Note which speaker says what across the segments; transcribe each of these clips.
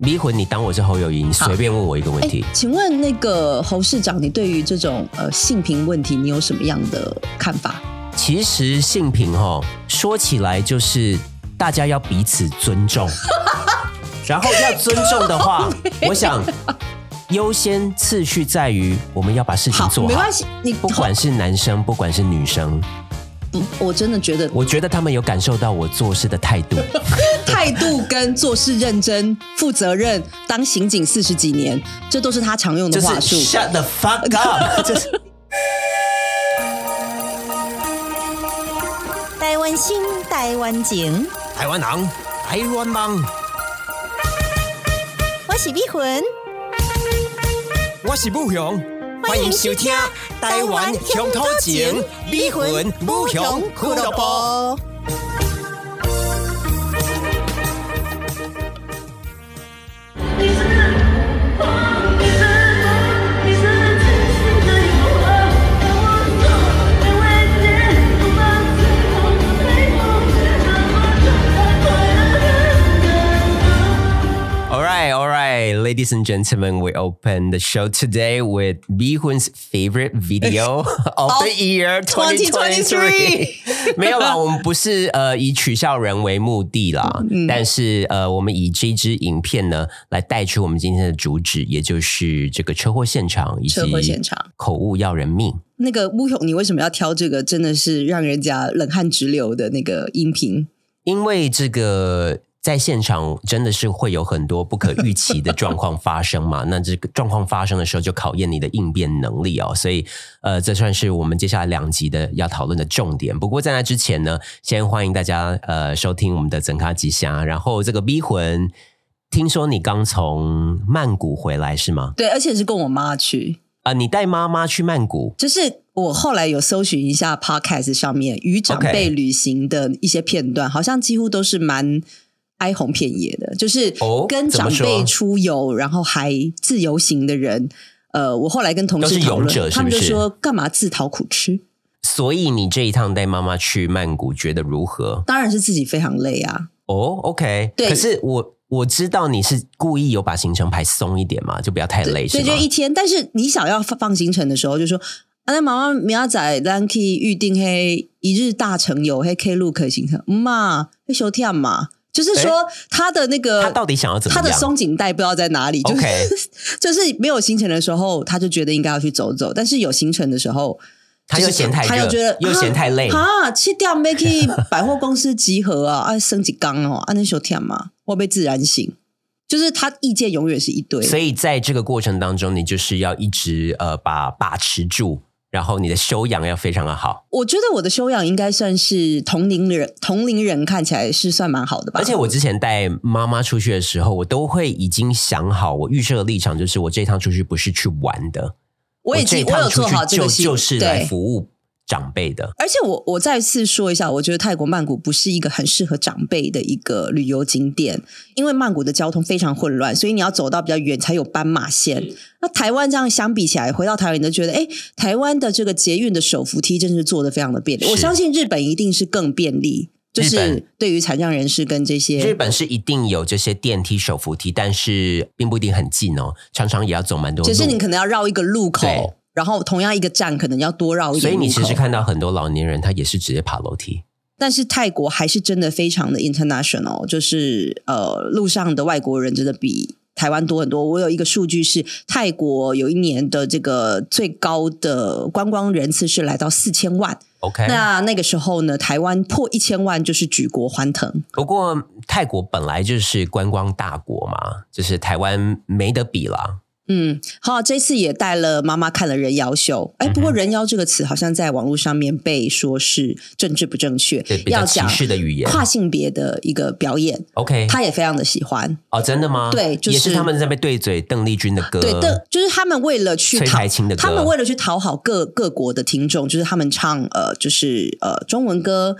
Speaker 1: 离婚，你当我是侯友谊，你随便问我一个问题
Speaker 2: 哎，请问那个侯市长，你对于这种呃性平问题，你有什么样的看法？
Speaker 1: 其实性平哈、说起来就是大家要彼此尊重， 然后要尊重的话，我想优先次序在于我们要把事情做好，
Speaker 2: 没关系，你
Speaker 1: 不管是男生，不管是女生，
Speaker 2: 不，我真的觉得
Speaker 1: 我觉得他们有感受到我做事的态 度。
Speaker 2: 态度跟做事认真、负责任，当刑警四十几年，这都是他常用的
Speaker 1: 就是
Speaker 2: 话术。
Speaker 1: shut the fuck up，就是
Speaker 3: 台湾心，台湾情，
Speaker 1: 台湾人，台湾梦，
Speaker 3: 我是美魂。
Speaker 1: 我是武雄，
Speaker 3: 欢迎收听台湾乡土情美魂武雄俱乐
Speaker 2: 哦
Speaker 3: 部。
Speaker 4: 你是光，你是光，你是真心的诱惑，让我做没危险，不怕刺痛，不退后，让我做最快乐的人。
Speaker 1: All right, all right, ladies and gentlemen, we open the show today with Bihun's favorite video of the
Speaker 3: Oh,
Speaker 1: year 2023. 没有啦，我们不是呃以取笑人为目的啦，
Speaker 3: 嗯
Speaker 1: 但是呃，我们以这支影片呢来带出我们今天的主旨，也就是这个车祸现场以及
Speaker 2: 车祸现场
Speaker 1: 口误要人命。
Speaker 2: 那个乌勇，你为什么要挑这个？真的是让人家冷汗直流的那个音频。
Speaker 1: 因为这个在现场真的是会有很多不可预期的状况发生嘛，那这个状况发生的时候就考验你的应变能力哦，所以呃，这算是我们接下来两集的要讨论的重点。不过在那之前呢，先欢迎大家呃收听我们的整卡吉祥，然后这个逼魂，听说你刚从曼谷回来是吗？
Speaker 2: 对，而且是跟我妈去，
Speaker 1: 啊、你带妈妈去曼谷，
Speaker 2: 就是我后来有搜寻一下 podcast 上面与长
Speaker 1: OK
Speaker 2: 辈旅行的一些片段好像几乎都是蛮哀鸿遍野的，就是
Speaker 1: 哦
Speaker 2: 跟
Speaker 1: 怎么
Speaker 2: 长
Speaker 1: 说
Speaker 2: 辈出游，然后还自由行的人。呃，我后来跟同
Speaker 1: 都
Speaker 2: 事
Speaker 1: 是
Speaker 2: 讨论，
Speaker 1: 勇者
Speaker 2: 他们
Speaker 1: 是
Speaker 2: 就
Speaker 1: 不是
Speaker 2: 说干嘛自讨苦吃？
Speaker 1: 所以你这一趟带妈妈去曼谷觉得如何？
Speaker 2: 当然是自己非常累啊。
Speaker 1: 哦，OK，
Speaker 2: 对
Speaker 1: 可是我我知道你是故意有把行程排松一点嘛，就不要太累，是
Speaker 2: 对，
Speaker 1: 吗？
Speaker 2: 就一天。但是你想要放放行程的时候，就说啊，那妈妈明仔载咱去预定嘿一日大城游嘿 K 路可行程，嗯嘛，嘿休天嘛，就是说他的那个
Speaker 1: 他到底想要啊怎么
Speaker 2: 呃他
Speaker 1: 样？
Speaker 2: 的松紧带不知道在哪 里，就是
Speaker 1: OK
Speaker 2: 就是没有行程的时候，他就觉得应该要去走走，但是有行程的时候。
Speaker 1: 他
Speaker 2: 就
Speaker 1: 又
Speaker 2: 是
Speaker 1: 嫌太热，
Speaker 2: 他又觉得
Speaker 1: 又嫌太累，
Speaker 2: 啊，七点要 去百货公司集合啊，啊，升几缸哦，啊，那休天嘛，我被自然醒，就是他意见永远是一堆，
Speaker 1: 所以在这个过程当中，你就是要一直呃把把持住，然后你的修养要非常的好。
Speaker 2: 我觉得我的修养应该算是同龄人，同龄人看起来是算蛮好的吧。
Speaker 1: 而且我之前带妈妈出去的时候，我都会已经想好我预设的立场，就是我这趟出去不是去玩的，
Speaker 2: 我已
Speaker 1: 这
Speaker 2: 经我有
Speaker 1: 趟出
Speaker 2: 做
Speaker 1: 去
Speaker 2: 好这
Speaker 1: 就
Speaker 2: 个心，
Speaker 1: 就是来
Speaker 2: 对。
Speaker 1: 服务长辈的。
Speaker 2: 而且我我再次说一下，我觉得泰国曼谷不是一个很适合长辈的一个旅游景点，因为曼谷的交通非常混乱，所以你要走到比较远才有斑马线。
Speaker 1: 嗯
Speaker 2: 那台湾这样相比起来，回到台湾你就觉得，哎，台湾的这个捷运的手扶梯真是做的非常的便利。
Speaker 1: 是
Speaker 2: 我相信日本一定是更便利，就
Speaker 1: 日本
Speaker 2: 是对于残障人士跟这些
Speaker 1: 日本是一定有这些电梯、手扶梯，但是并不一定很近哦，常常也要走蛮多路。
Speaker 2: 只是你可能要绕一个路
Speaker 1: 对
Speaker 2: 口，然后同样一个站可能要多绕一个
Speaker 1: 所
Speaker 2: 路口。
Speaker 1: 以你其实看到很多老年人，他也是直接爬楼梯。
Speaker 2: 但是泰国还是真的非常的 international，就是呃，路上的外国人真的比台湾多很多。我有一个数据是，泰国有一年的这个最高的观光人次是来到四千万，
Speaker 1: OK，
Speaker 2: 那那个时候呢，台湾破一千万就是举国欢腾。
Speaker 1: 不过泰国本来就是观光大国嘛，就是台湾没得比啦。
Speaker 2: 嗯，好，这次也带了妈妈看了人妖秀。
Speaker 1: 嗯
Speaker 2: 哎，不过“人妖”这个词好像在网络上面被说是政治不正确
Speaker 1: 对，比较
Speaker 2: 要
Speaker 1: 歧
Speaker 2: 讲
Speaker 1: 视哎的语言
Speaker 2: 跨性别的一个表演，
Speaker 1: OK，
Speaker 2: 他也非常的喜欢。
Speaker 1: 哦，真的吗？
Speaker 2: 对就是
Speaker 1: 也是他们在被对嘴邓丽君的歌，
Speaker 2: 对的，就是他们为了去
Speaker 1: 崔
Speaker 2: 讨
Speaker 1: 台青的歌
Speaker 2: 他们为了去讨好各各国的听众，就是他们唱呃，就是呃中文歌。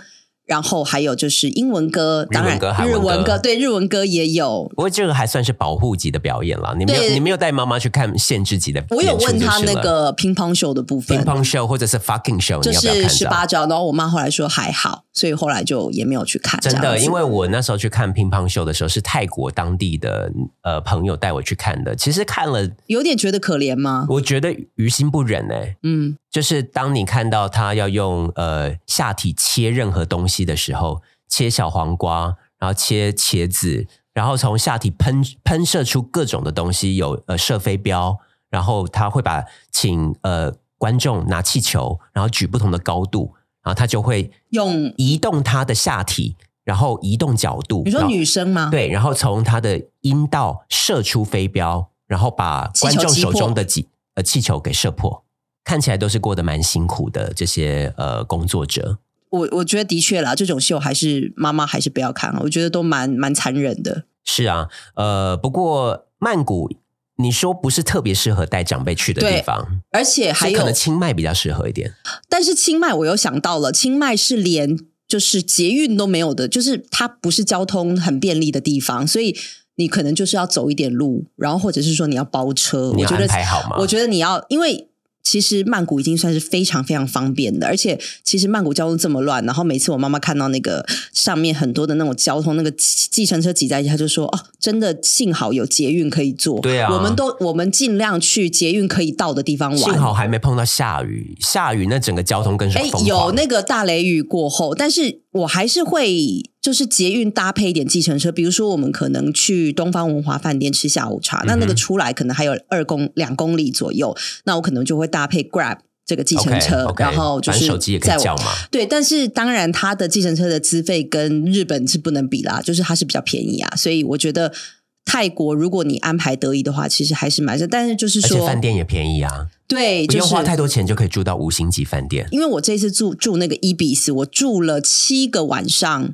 Speaker 2: 然后还有就是英文歌，当然
Speaker 1: 日文歌韩
Speaker 2: 日
Speaker 1: 文歌
Speaker 2: 文歌对日文歌也有，
Speaker 1: 不过这个还算是保护级的表演了，你没有
Speaker 2: 对
Speaker 1: 你没有带妈妈去看限制级的
Speaker 2: 我有
Speaker 1: 演出
Speaker 2: 问
Speaker 1: 就
Speaker 2: 他
Speaker 1: 是
Speaker 2: 那
Speaker 1: 了
Speaker 2: 个乒乓球的部
Speaker 1: 乒
Speaker 2: 分，
Speaker 1: 乓 show 或者是 fucking show，
Speaker 2: 就
Speaker 1: 你要不要
Speaker 2: 是
Speaker 1: 看
Speaker 2: 十
Speaker 1: 到？
Speaker 2: 八招，然后我妈后来说还好，所以后来就也没有去看。
Speaker 1: 真
Speaker 2: 这样
Speaker 1: 的，
Speaker 2: 子
Speaker 1: 因为我那时候去看乒乓秀的时候，是泰国当地的呃朋友带我去看的。其实看了，
Speaker 2: 有点觉得可怜吗？
Speaker 1: 我觉得于心不忍哎、
Speaker 2: 嗯，
Speaker 1: 就是当你看到他要用呃下体切任何东西的时候，切小黄瓜，然后切茄子，然后从下体喷喷射出各种的东西，有呃射飞镖，然后他会把请呃观众拿气球，然后举不同的高度，然后他就会
Speaker 2: 用
Speaker 1: 移动他的下体，然后移动角度。
Speaker 2: 你说
Speaker 1: 然后
Speaker 2: 女生吗？，
Speaker 1: 对，然后从他的阴道射出飞镖，然后把观众手中的几呃气球给射破。看起来都是过得蛮辛苦的这些呃工作者，
Speaker 2: 我我觉得的确啦，这种秀还是妈妈还是不要看啊，我觉得都蛮蛮残忍的。
Speaker 1: 是啊，呃，不过曼谷你说不是特别适合带长辈去的
Speaker 2: 对
Speaker 1: 地方，
Speaker 2: 而且还
Speaker 1: 所以可
Speaker 2: 有
Speaker 1: 能，清迈比较适合一点。
Speaker 2: 但是清迈我又想到了，清迈是连就是捷运都没有的，就是它不是交通很便利的地方，所以你可能就是要走一点路，然后或者是说你要包车。
Speaker 1: 你
Speaker 2: 我
Speaker 1: 要
Speaker 2: 觉得
Speaker 1: 安排好吗？
Speaker 2: 我觉得你要，因为其实曼谷已经算是非常非常方便的，而且其实曼谷交通这么乱，然后每次我妈妈看到那个上面很多的那种交通，那个计计程车挤在一起，她就说：“哦，真的幸好有捷运可以坐。”
Speaker 1: 对啊
Speaker 2: 我们都我们尽量去捷运可以到的地方玩。
Speaker 1: 幸好还没碰到下雨，下雨那整个交通更是
Speaker 2: 哎
Speaker 1: 疯，狂。
Speaker 2: 有那个大雷雨过后，但是我还是会就是捷运搭配一点计程车，比如说我们可能去东方文华饭店吃下午
Speaker 1: 嗯
Speaker 2: 茶，那那个出来可能还有二公两公里左右，那我可能就会搭配 Grab 这个计程车
Speaker 1: o k o k
Speaker 2: 然后就是
Speaker 1: 手机也可
Speaker 2: 在
Speaker 1: 以
Speaker 2: 我
Speaker 1: 叫嘛。
Speaker 2: 对，但是当然，它的计程车的资费跟日本是不能比啦，就是它是比较便宜啊，所以我觉得泰国如果你安排得宜的话，其实还是蛮是，但是就是
Speaker 1: 而且
Speaker 2: 说，
Speaker 1: 饭店也便宜啊，
Speaker 2: 对，
Speaker 1: 不
Speaker 2: 就
Speaker 1: 用
Speaker 2: 是
Speaker 1: 花太多钱就可以住到五星级饭店。
Speaker 2: 因为我这次住住那个伊比斯，我住了七个晚上，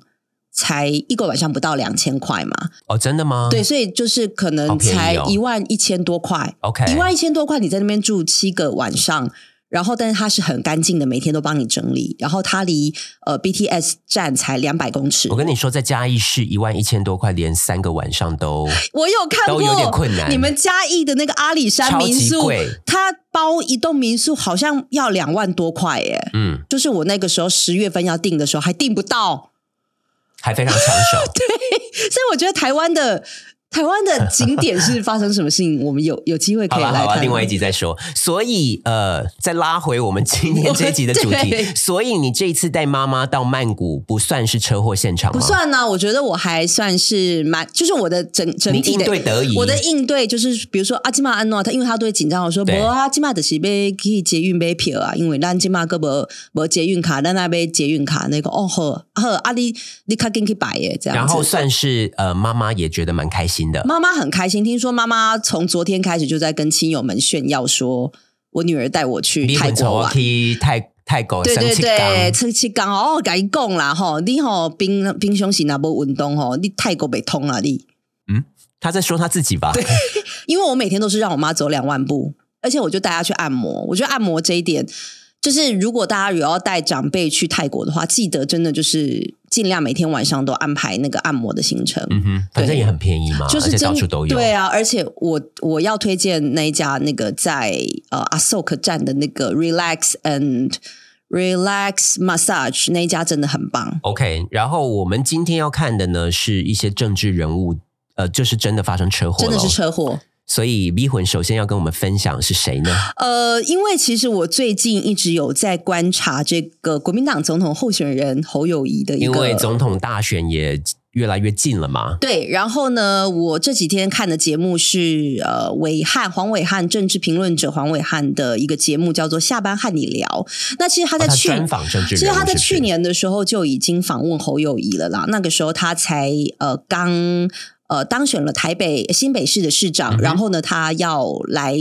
Speaker 2: 才一个晚上不到两千块嘛，
Speaker 1: 哦，真的吗？
Speaker 2: 对，所以就是可
Speaker 1: 好
Speaker 2: 能
Speaker 1: 便宜
Speaker 2: 才
Speaker 1: 哦哎
Speaker 2: 一万一千多块，
Speaker 1: ，OK，
Speaker 2: 一万一千多块，你在那边住七个晚上。然后，但是它是很干净的，每天都帮你整理。然后它离呃 BTS 站才两百公尺
Speaker 1: 我，跟你说，在嘉义市一万一千多块，连三个晚上 都
Speaker 2: 我有看过，
Speaker 1: 都有点困难
Speaker 2: 你们嘉义的那个阿里山
Speaker 1: 超
Speaker 2: 民
Speaker 1: 级
Speaker 2: 宿，
Speaker 1: 贵。
Speaker 2: 它包一栋民宿好像要两万多块耶！
Speaker 1: 嗯，
Speaker 2: 就是我那个时候十月份要订的时候还订不到，
Speaker 1: 还非常抢 手。
Speaker 2: 所以我觉得台湾的台湾的景点是发生什么事情，我们有有机会可
Speaker 1: 好
Speaker 2: 以
Speaker 1: 吧，好
Speaker 2: 来
Speaker 1: 吧，
Speaker 2: 看。
Speaker 1: 另外一集再说。所以，呃，再拉回我们今天这一集的主
Speaker 2: 对
Speaker 1: 题。所以，你这一次带妈妈到曼谷，不算是车祸现场吗？
Speaker 2: 不算呢、我觉得我还算是蛮，就是我的整整
Speaker 1: 你
Speaker 2: 体
Speaker 1: 应
Speaker 2: 的。
Speaker 1: 对得宜。
Speaker 2: 我的应对就是，比如说阿基玛安诺，他因为他都会紧张，我说不
Speaker 1: 对
Speaker 2: 啊，基玛的是被去捷运买票啊，因为咱基玛个无无捷运卡，咱那边捷运卡那个哦好好，啊你你卡进去摆耶这样
Speaker 1: 然
Speaker 2: 子。
Speaker 1: 后算是呃，妈妈也觉得蛮开心的。
Speaker 2: 妈妈很开心，听说妈妈从昨天开始就在跟亲友们炫耀说，我女儿带我去
Speaker 1: 你
Speaker 2: 泰
Speaker 1: 很
Speaker 2: 国
Speaker 1: 丑
Speaker 2: 玩。
Speaker 1: 去泰泰国
Speaker 2: 对
Speaker 1: 生
Speaker 2: 对
Speaker 1: 气
Speaker 2: 对，
Speaker 1: 缸，
Speaker 2: 出去讲哦，甲伊讲啦吼，你吼平平常时若无运动吼，你泰国袂通啊你。
Speaker 1: 他在说他自己吧？
Speaker 2: 因为我每天都是让我妈走两万步，而且我就带她去按摩。我觉得按摩这一点，就是如果大家有要带长辈去泰国的话，记得真的就是尽量每天晚上都安排那个按摩的行程。
Speaker 1: 嗯哼，反正也很便宜嘛，
Speaker 2: 就是
Speaker 1: 而且
Speaker 2: 真
Speaker 1: 到处都有。
Speaker 2: 对啊，而且我我要推荐那一家那个在呃 Asok 站的那个 Relax and Relax Massage 那一家真的很棒。
Speaker 1: OK，然后我们今天要看的呢，是一些政治人物，呃，就是真的发生车祸，
Speaker 2: 真的是。车祸。
Speaker 1: 所以迷魂首先要跟我们分享是谁呢？
Speaker 2: 呃，因为其实我最近一直有在观察这个国民党总统候选人侯友谊的一个，
Speaker 1: 因为总统大选也越来越近了嘛。
Speaker 2: 对，然后呢，我这几天看的节目是呃，伟汉黄伟汉政治评论者黄伟汉的一个节目，叫做《下班和你聊》。那其实他在
Speaker 1: 哦他
Speaker 2: 去、
Speaker 1: 专访政治人物
Speaker 2: 其实他
Speaker 1: 是
Speaker 2: 在
Speaker 1: 不是
Speaker 2: 去年的时候就已经访问侯友谊了啦，那个时候他才呃刚呃当选了台北新北市的市长，
Speaker 1: 嗯哼
Speaker 2: 然后呢，他要来。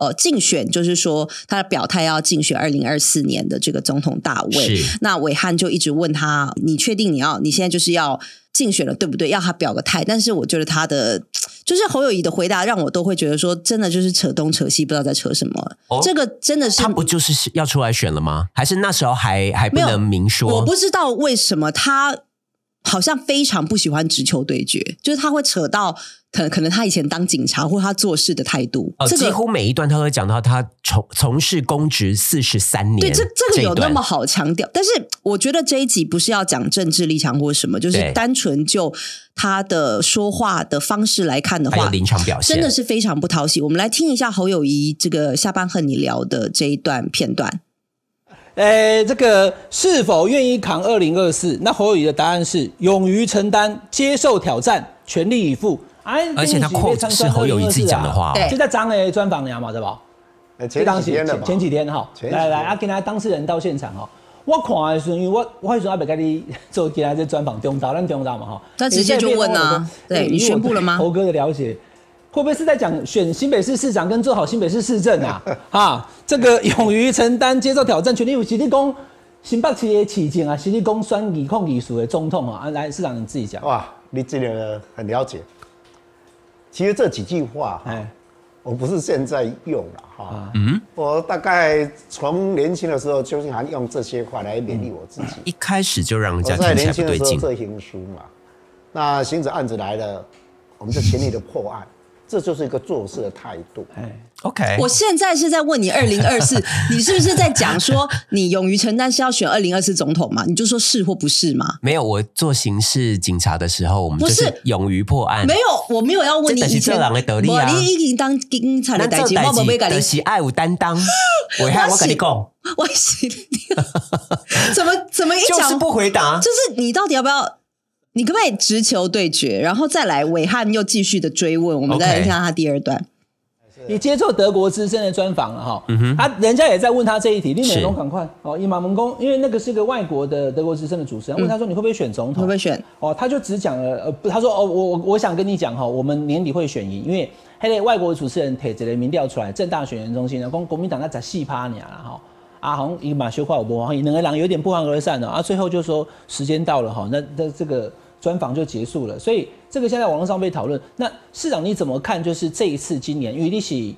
Speaker 2: 呃，竞选就是说，他的表态要竞选二零二四年的这个总统大位。
Speaker 1: 是
Speaker 2: 那伟汉就一直问他：“你确定你要？你现在就是要竞选了，对不对？要他表个态。”但是我觉得他的就是侯友谊的回答让我都会觉得说，真的就是扯东扯西，不知道在扯什么。
Speaker 1: 哦
Speaker 2: 这个真的是
Speaker 1: 他不就是要出来选了吗？还是那时候还还不
Speaker 2: 没有
Speaker 1: 能明说？
Speaker 2: 我不知道为什么他好像非常不喜欢直球对决，就是他会扯到可可能他以前当警察或他做事的态度，
Speaker 1: 呃，
Speaker 2: 这
Speaker 1: 几
Speaker 2: 个。
Speaker 1: 乎每一段他都会讲到他从从事公职四十三年，
Speaker 2: 对，这这个
Speaker 1: 一
Speaker 2: 有那
Speaker 1: 段
Speaker 2: 么好强调，但是我觉得这一集不是要讲政治立场或什么，就是
Speaker 1: 对
Speaker 2: 单纯就他的说话的方式来看的
Speaker 1: 还有
Speaker 2: 话，
Speaker 1: 临场表现，
Speaker 2: 真的是非常不讨喜。我们来听一下侯友谊这个下班和你聊的这一段片段。
Speaker 5: 诶，呃这个是否愿意扛二零二四？那侯友宜的答案是勇于承担、接受挑战、全力以赴。哎
Speaker 1: 而且他 quote 是侯友谊自己讲的，话、
Speaker 2: 对
Speaker 1: 哦，
Speaker 5: 啊就在张诶专访你啊嘛，对吧？
Speaker 6: 哎前几天了吧？
Speaker 5: 前前几天哈，
Speaker 6: 前几
Speaker 5: 来
Speaker 6: 天
Speaker 5: 来，啊，今仔当事人到现场哦。我看的时候，因为我我迄时阵还袂甲你 做今仔这专访中岛，咱中岛嘛吼。
Speaker 2: 那直接就问啊
Speaker 5: 你哦现在变成我
Speaker 2: 对
Speaker 5: 的
Speaker 2: 你宣布了吗
Speaker 5: 以我对侯哥的了解，会不会是在讲选新北市市长跟做好新北市市政啊？ 哈，这个勇于承担、接受挑战、全力以赴，其实讲新北市的市政啊，其实讲选二控二数的总统啊，啊，来市长你自己讲。
Speaker 6: 哇，你这个人很了解。其实这几句话哈，
Speaker 5: 哎，啊
Speaker 6: 我不是现在用了哈，嗯，我大概从年轻的时候，邱信涵用这些话来勉励我自己。
Speaker 1: 一开始就让人
Speaker 6: 我
Speaker 1: 家
Speaker 6: 在
Speaker 1: 听起
Speaker 6: 年轻的
Speaker 1: 来不对
Speaker 6: 时候
Speaker 1: 劲，
Speaker 6: 做行书嘛，那行者案子来了，我们就全力的破案，这就是一个做事的态度。
Speaker 5: 哎
Speaker 1: OK，
Speaker 2: 我现在是在问你，二零 二四，你是不是在讲说你勇于承担是要选二零二四总统嘛？你就说是或不是嘛？
Speaker 1: 没有，我做刑事警察的时候，我们就
Speaker 2: 不是
Speaker 1: 是勇于破案，
Speaker 2: 没有，我没有要问你
Speaker 1: 哎这就是
Speaker 2: 以前
Speaker 1: 这人的道理啊
Speaker 2: 没你已经当警察
Speaker 1: 那
Speaker 2: 的代
Speaker 1: 这
Speaker 2: 志，我
Speaker 1: 代
Speaker 2: 不会跟
Speaker 1: 志的
Speaker 2: 你
Speaker 1: 是爱有担 当，我害我跟你讲，
Speaker 2: 我心跳， 怎么怎么一
Speaker 1: 就
Speaker 2: 讲
Speaker 1: 是不回答。
Speaker 2: 就是你到底要不要？你可不可以直球对决，然后再来伟汉又继续的追问？我们再来
Speaker 1: OK
Speaker 2: 看他第二段。
Speaker 5: 你接受德国之声的专访了哈，
Speaker 2: 嗯
Speaker 5: 啊，人家也在问他这一题，你美龙
Speaker 1: 是
Speaker 5: 赶快哦，伊马蒙公，因为那个是个外国的德国之声的主持人，问他说你会不会选总
Speaker 2: 嗯会
Speaker 5: 统？
Speaker 2: 不会选？
Speaker 5: 哦，他就只讲了，呃，不他说哦，我我我想跟你讲哈，我们年底会选赢，因为黑的外国主持人提一个民调出来，正大选员中心呢，光国民党那才四趴你啦哈。啊，好像伊马修话我不，伊两个人有点不欢而散了、啊。最后就说时间到了哈，那那这个专访就结束了。所以这个现在网络上被讨论。那市长你怎么看？就是这一次今年，因为你是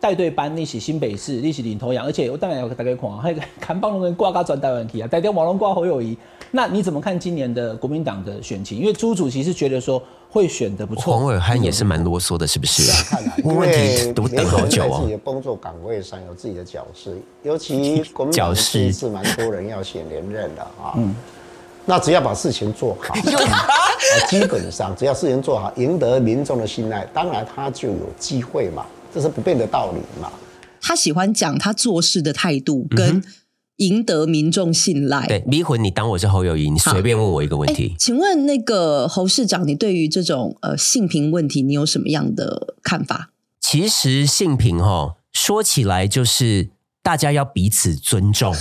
Speaker 5: 带队班，你是新北市，你是领头羊，而且我当然有大家看啊，那个看帮人挂到转台湾去啊，台掉网龙挂侯友谊。那你怎么看今年的国民党的选情？因为朱主席是觉得说会选的不错，
Speaker 1: 黄伟汉也是蛮啰嗦的，是不 是啊？
Speaker 6: 看来，
Speaker 1: 问
Speaker 6: 因
Speaker 1: 问
Speaker 6: 为
Speaker 1: 题都
Speaker 6: 每
Speaker 1: 等
Speaker 6: 个
Speaker 1: 好
Speaker 6: 人
Speaker 1: 久
Speaker 6: 在自己的
Speaker 1: 哦。
Speaker 6: 工作岗位上有自己的角色，尤其国民
Speaker 1: 角
Speaker 6: 党
Speaker 1: 色
Speaker 6: 这一次蛮多人要选连任的啊。那只要把事情做 好，啊基本上只要事情做好，赢得民众的信赖，当然他就有机会嘛，这是不变的道理嘛。
Speaker 2: 他喜欢讲他做事的态度
Speaker 1: 嗯
Speaker 2: 跟赢得民众信赖。
Speaker 1: 对，迷魂，你当我是侯友谊，你随便问我一个问题。
Speaker 2: 哎请问那个侯市长，你对于这种呃性平问题，你有什么样的看法？
Speaker 1: 其实性平哈、哦，说起来就是大家要彼此尊 重，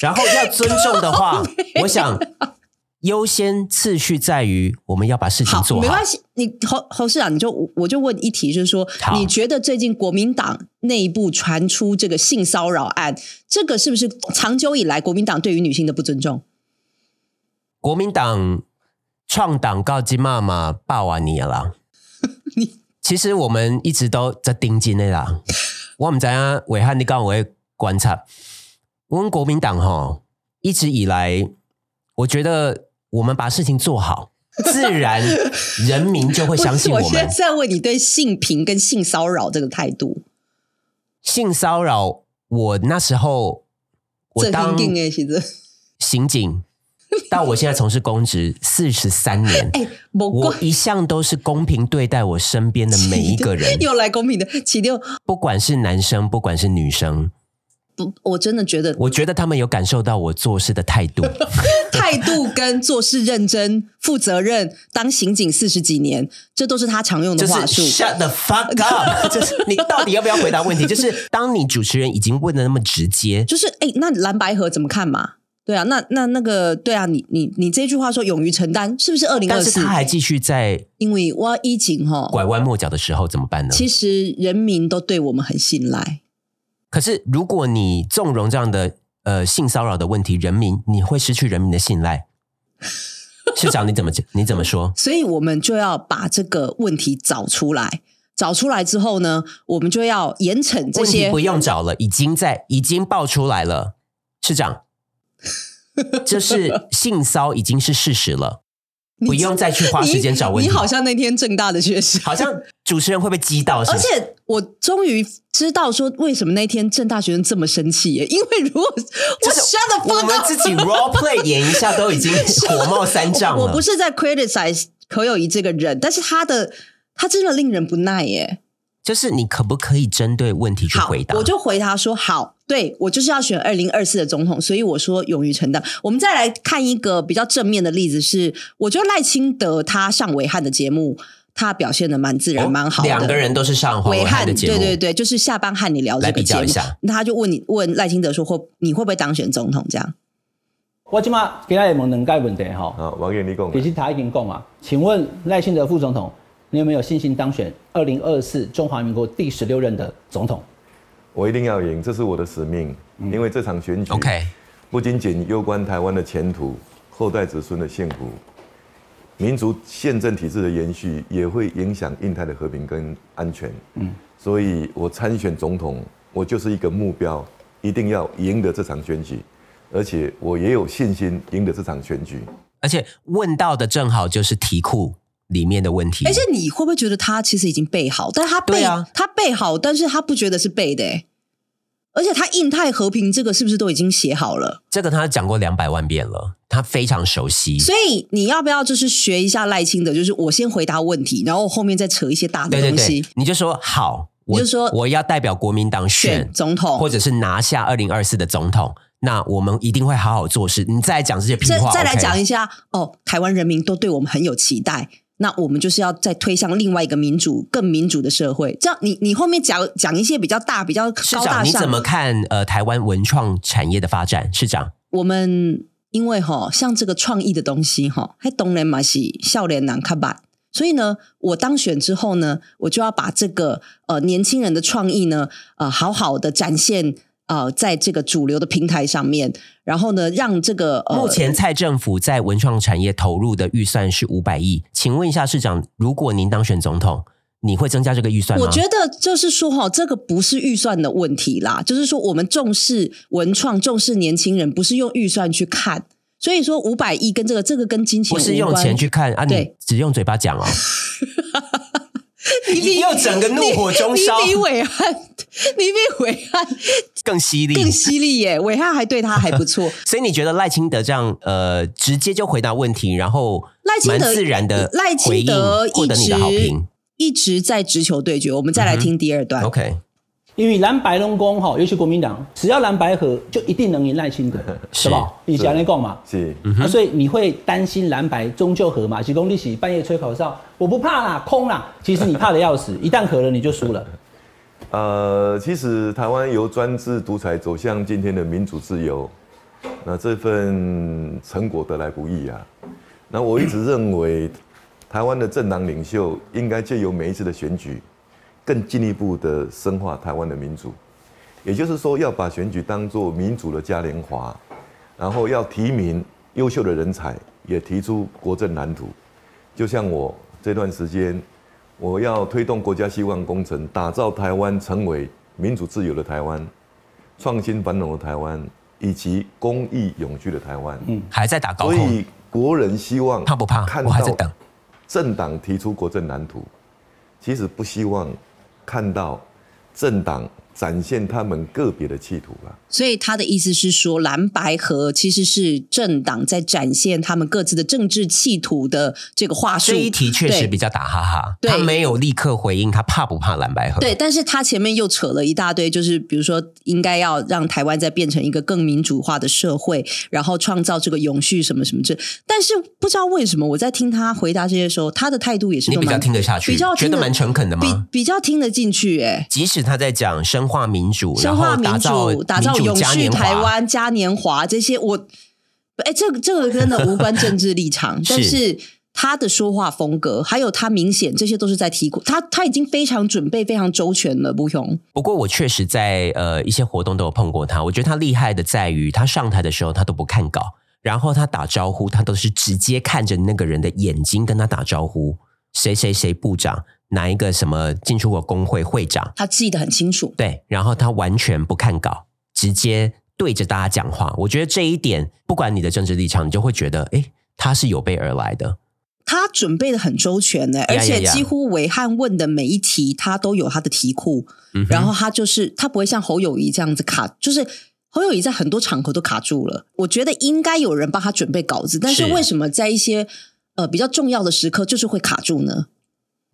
Speaker 1: 然后要尊重的话，我想优先次序在于我们要把事情做
Speaker 2: 没
Speaker 1: 好
Speaker 2: 关。系，你侯侯市长，你就我就问一题，就是说，
Speaker 1: 好
Speaker 2: 你觉得最近国民党内部传出这个性骚扰案，这个是不是长久以来国民党对于女性的不尊重？
Speaker 1: 国民党创党告金妈妈霸完你了 啦。其实我们一直都在盯紧的啦。我们知影伟汉你讲我会观察，我们国民党吼一直以来，我觉得我们把事情做 好，自然人民就会相信
Speaker 2: 不
Speaker 1: 我
Speaker 2: 是我现在
Speaker 1: 们。
Speaker 2: 在问你对性平跟性骚扰这个态度，
Speaker 1: 性骚扰，我那时候我
Speaker 2: 这肯
Speaker 1: 当
Speaker 2: 定哎，其实
Speaker 1: 刑警，到我现在从事公职四十三年，
Speaker 2: 哎，某
Speaker 1: 我
Speaker 2: 怪
Speaker 1: 一向都是公平对待我身边的每一个 人，
Speaker 2: 又来公平的起六，
Speaker 1: 不管是男生，不管是女生，
Speaker 2: 不，我真的觉得
Speaker 1: 我觉得他们有感受到我做事的态 度。
Speaker 2: 态度跟做事认真、负责任，当刑警四十几年，这都是他常用的
Speaker 1: 就是
Speaker 2: 话术。
Speaker 1: shut the fuck up，就是你到底要不要回答问题？就是当你主持人已经问的那么直接，
Speaker 2: 就是哎、那蓝白河怎么看嘛？对啊，那那那个对啊，你你你这句话说勇于承担，是不是二零二
Speaker 1: 但是
Speaker 2: 四
Speaker 1: 他？还继续在
Speaker 2: 因为我疫情哈，
Speaker 1: 拐弯抹角的时候怎么办呢？
Speaker 2: 其实人民都对我们很信赖。
Speaker 1: 可是如果你纵容这样的呃性骚扰的问题，人民你会失去人民的信赖。市长你怎么你怎么说？
Speaker 2: 所以我们就要把这个问题找出来。找出来之后呢，我们就要严惩这
Speaker 1: 问题
Speaker 2: 些
Speaker 1: 不用找了，已经在已经爆出来了，市 长，这是性骚已经是事实了，
Speaker 2: 你
Speaker 1: 不用再去花时间找问题。
Speaker 2: 你。你好像那天正大的学生，
Speaker 1: 好像主持人会被激到，是
Speaker 2: 而
Speaker 1: 不是？
Speaker 2: 且我终于知道说为什么那天正大学生这么生气耶，因为如果 我
Speaker 1: 就是
Speaker 2: 吓得
Speaker 1: 我
Speaker 2: 发
Speaker 1: 们
Speaker 2: 到
Speaker 1: 自己 role play 演一 下都已经火冒三丈了。
Speaker 2: 我不是在 criticize 侯友谊这个人，但是他的他真的令人不耐耶。
Speaker 1: 就是你可不可以针对问题去
Speaker 2: 好
Speaker 1: 回答？，
Speaker 2: 我就回答说好，对我就是要选二零二四的总统，所以我说勇于承担。我们再来看一个比较正面的例子是，我觉得赖清德他上伟汉的节目，他表现的蛮自然、
Speaker 1: 哦
Speaker 2: 蛮好的。
Speaker 1: 两个人都是上黄
Speaker 2: 伟
Speaker 1: 伟汉
Speaker 2: 汉，
Speaker 1: 的节目，
Speaker 2: 对对对，就是下班和你聊这
Speaker 1: 来
Speaker 2: 个
Speaker 1: 比
Speaker 2: 节
Speaker 1: 较
Speaker 2: 目
Speaker 1: 一，下。
Speaker 2: 那他就问你问赖清德说会你会不会当选总统这样？
Speaker 1: 嗯
Speaker 5: 我即马今仔日问两个问题吼，
Speaker 7: 啊，王源你讲
Speaker 5: 其
Speaker 7: 的，
Speaker 5: 实他已经讲啊，请问赖清德副总统，你有没有信心当选二零二四中华民国第十六任的总统？
Speaker 7: 我一定要赢，这是我的使命，
Speaker 5: 嗯
Speaker 7: 因为这场选举
Speaker 1: OK，
Speaker 7: 不仅仅攸关台湾的前途、后代子孙的幸福，民族宪政体制的延续也会影响印太的和平跟安全。嗯，所以我参选总统，我就是一个目标，一定要赢得这场选举，而且我也有信心赢得这场选举。
Speaker 1: 而且问到的正好就是题库里面的问题，
Speaker 2: 而且你会不会觉得他其实已经背好，但是他
Speaker 1: 对
Speaker 2: 背、
Speaker 1: 啊
Speaker 2: 他背好，但是他不觉得是背的、欸，而且他印太和平这个是不是都已经写好了？
Speaker 1: 这个他讲过两百万遍了，他非常熟悉。
Speaker 2: 所以你要不要就是学一下赖清德，就是我先回答问题，然后后面再扯一些大的
Speaker 1: 对对
Speaker 2: 东西，
Speaker 1: 对，你就说好，我
Speaker 2: 你就说
Speaker 1: 我要代表国民党选
Speaker 2: 选总统
Speaker 1: 或者是拿下二零二四的总统，那我们一定会好好做事。你再来讲这些屁
Speaker 2: 再
Speaker 1: 话，
Speaker 2: 再来
Speaker 1: OK？
Speaker 2: 讲一下哦，台湾人民都对我们很有期待，那我们就是要再推向另外一个民主、更民主的社会。这样你，你后面讲讲一些比较大、比较
Speaker 1: 市
Speaker 2: 高大
Speaker 1: 长，你怎么
Speaker 2: 上，
Speaker 1: 看呃台湾文创产业的发展？市长，
Speaker 2: 我们因为哈、像这个创意的东西哈、还东人马西笑脸难看吧。所以呢，我当选之后呢，我就要把这个呃年轻人的创意呢，呃，好好的展现呃，在这个主流的平台上面，然后呢，让这个呃，
Speaker 1: 目前蔡政府在文创产业投入的预算是五百亿，请问一下市长，如果您当选总统，你会增加这个预算吗？
Speaker 2: 我觉得就是说哈，这个不是预算的问题啦，就是说我们重视文创，重视年轻人，不是用预算去看。所以说五百亿跟这个这个跟金钱
Speaker 1: 不是
Speaker 2: 无
Speaker 1: 用
Speaker 2: 关
Speaker 1: 钱去，看啊，你
Speaker 2: 对
Speaker 1: 只用嘴巴讲哦。
Speaker 2: 你比
Speaker 1: 你又整个怒火中烧
Speaker 2: 你你比伟汉，你比伟汉
Speaker 1: 更犀利，
Speaker 2: 更犀利 耶，伟汉还对他还不错。
Speaker 1: 所以你觉得赖清德这样呃直接就回答问题，然后
Speaker 2: 赖清德
Speaker 1: 蛮自然的
Speaker 2: 赖清德
Speaker 1: 获
Speaker 2: 一
Speaker 1: 得你的好
Speaker 2: 直
Speaker 1: 评。
Speaker 2: 一直在直球对决，我们再来听第二 段。
Speaker 1: OK，
Speaker 5: 因为蓝白龙宫哈，尤其国民党，只要蓝白合，就一定能赢赖清德，
Speaker 1: 是
Speaker 5: 是吧？以前那讲嘛，
Speaker 7: 是，
Speaker 5: 啊，所以你会担心蓝白终究和嘛？其功利喜半夜吹口哨，我不怕啦，空啦。其实你怕的要死，一旦和了你就输了。
Speaker 7: 呃，其实台湾由专制独裁走向今天的民主自由，那这份成果得来不易啊。那我一直认为，台湾的政党领袖应该借由每一次的选举，更进一步的深化台湾的民主，也就是说，要把选举当作民主的嘉年华，然后要提名优秀的人才，也提出国政蓝图。就像我这段时间，我要推动国家希望工程，打造台湾成为民主自由的台湾，创新繁荣的台湾，以及公益永续的台湾。嗯，
Speaker 1: 还在打高
Speaker 7: 所
Speaker 1: 空，
Speaker 7: 以国人希望
Speaker 1: 怕不怕？
Speaker 7: 看
Speaker 1: 我
Speaker 7: 到
Speaker 1: 还在等。
Speaker 7: 政党提出国政蓝图，其实不希望看到政党展现他们个别的企图吧。
Speaker 2: 所以他的意思是说，蓝白合其实是政党在展现他们各自的政治企图的这个话术
Speaker 1: 这。一题确实
Speaker 2: 对
Speaker 1: 比较打哈哈，
Speaker 2: 对
Speaker 1: 他没有立刻回应他怕不怕蓝白合。
Speaker 2: 对，但是他前面又扯了一大堆，就是比如说，应该要让台湾再变成一个更民主化的社会，然后创造这个永续什么什么这。但是不知道为什么，我在听他回答这些时候，他的态度也是
Speaker 1: 你
Speaker 2: 都
Speaker 1: 比较
Speaker 2: 蛮
Speaker 1: 听得下去，
Speaker 2: 比较
Speaker 1: 觉
Speaker 2: 听
Speaker 1: 得蛮诚恳的
Speaker 2: 比
Speaker 1: 吗？
Speaker 2: 比较听得进去、欸，
Speaker 1: 即使他在讲深化民主，
Speaker 2: 深化民
Speaker 1: 然后
Speaker 2: 主，打
Speaker 1: 民
Speaker 2: 造
Speaker 1: 主
Speaker 2: 永
Speaker 1: 嘉
Speaker 2: 续
Speaker 1: 年华
Speaker 2: 台，湾嘉年华这些，我哎、这个这个真的无关政治 立场，
Speaker 1: 是
Speaker 2: 但是他的说话风格，还有他明显这些都是在提过，他他已经非常准备、非常周全了，不用。
Speaker 1: 不过我确实在呃一些活动都有碰过他，我觉得他厉害的在于他上台的时候他都不看稿，然后他打招呼，他都是直接看着那个人的眼睛跟他打招呼，谁谁谁部长，哪一个什么进出口工会会长，
Speaker 2: 他记得很清楚。
Speaker 1: 对，然后他完全不看稿，直接对着大家讲话。我觉得这一点，不管你的政治立场，你就会觉得，诶，他是有备而来的。
Speaker 2: 他准备的很周全呢、而且
Speaker 1: yeah, yeah.
Speaker 2: 几乎维汉问的每一题，他都有他的题库。
Speaker 1: 嗯哼
Speaker 2: 然后他就是他不会像侯友谊这样子卡，就是侯友谊在很多场合都卡住了。我觉得应该有人帮他准备稿子，但是
Speaker 1: 是
Speaker 2: 为什么在一些呃比较重要的时刻就是会卡住呢？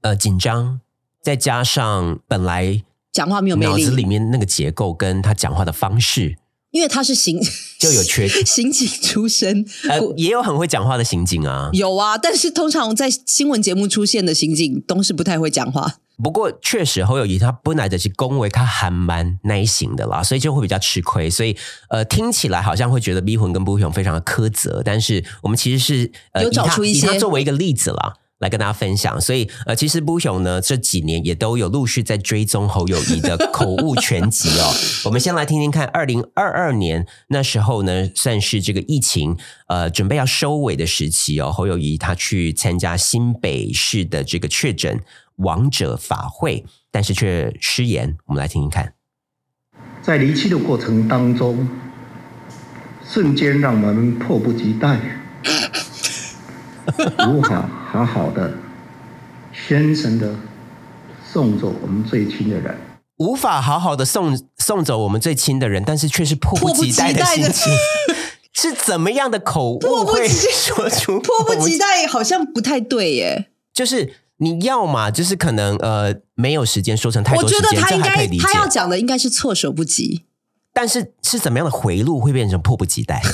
Speaker 1: 呃紧张，再加上本来
Speaker 2: 讲话没有魅
Speaker 1: 脑子里
Speaker 2: 力，
Speaker 1: 面那个结构跟他讲话的方式
Speaker 2: 因为他是刑
Speaker 1: 就 有缺
Speaker 2: 刑警出身，
Speaker 1: 呃
Speaker 2: 我，
Speaker 1: 也有很会讲话的刑警啊。
Speaker 2: 有啊，但是通常在新闻节目出现的刑警都是不太会 讲话。
Speaker 1: 不过确实侯友谊他本来就是恭维他还蛮耐心的啦，所以就会比较吃亏。所以呃，听起来好像会觉得逼魂跟不雄非常的苛责，但是我们其实是呃
Speaker 2: 有找
Speaker 1: 以他
Speaker 2: 出一
Speaker 1: 以他
Speaker 2: 些
Speaker 1: 作为一个例子啦。来跟大家分享，所以呃，其实不雄呢这几年也都有陆续在追踪侯友谊的口误全集哦。我们先来听听看，二零二二年那时候呢，算是这个疫情呃准备要收尾的时期哦。侯友谊他去参加新北市的这个确诊王者法会，但是却失言。我们来听听看。
Speaker 8: 在离去的过程当中，瞬间让我们迫不及待，无法好好的、深深的送走我们最亲的人。
Speaker 1: 无法好好的送送走我们最亲的人，但是却是迫不及待的
Speaker 2: 迫不及待
Speaker 1: 心
Speaker 2: 的
Speaker 1: 情， 是怎么样的口误
Speaker 2: 迫不及
Speaker 1: 会说出？
Speaker 2: 迫不及，待好像不太对耶。
Speaker 1: 就是你要嘛，就是可能呃没有时间说成太
Speaker 2: 我
Speaker 1: 多时
Speaker 2: 觉
Speaker 1: 间，
Speaker 2: 得他
Speaker 1: 这
Speaker 2: 应
Speaker 1: 还可
Speaker 2: 该
Speaker 1: 以理解
Speaker 2: 他。要讲的应该是措手不及。
Speaker 1: 但是是怎么样的回路会变成迫不及待？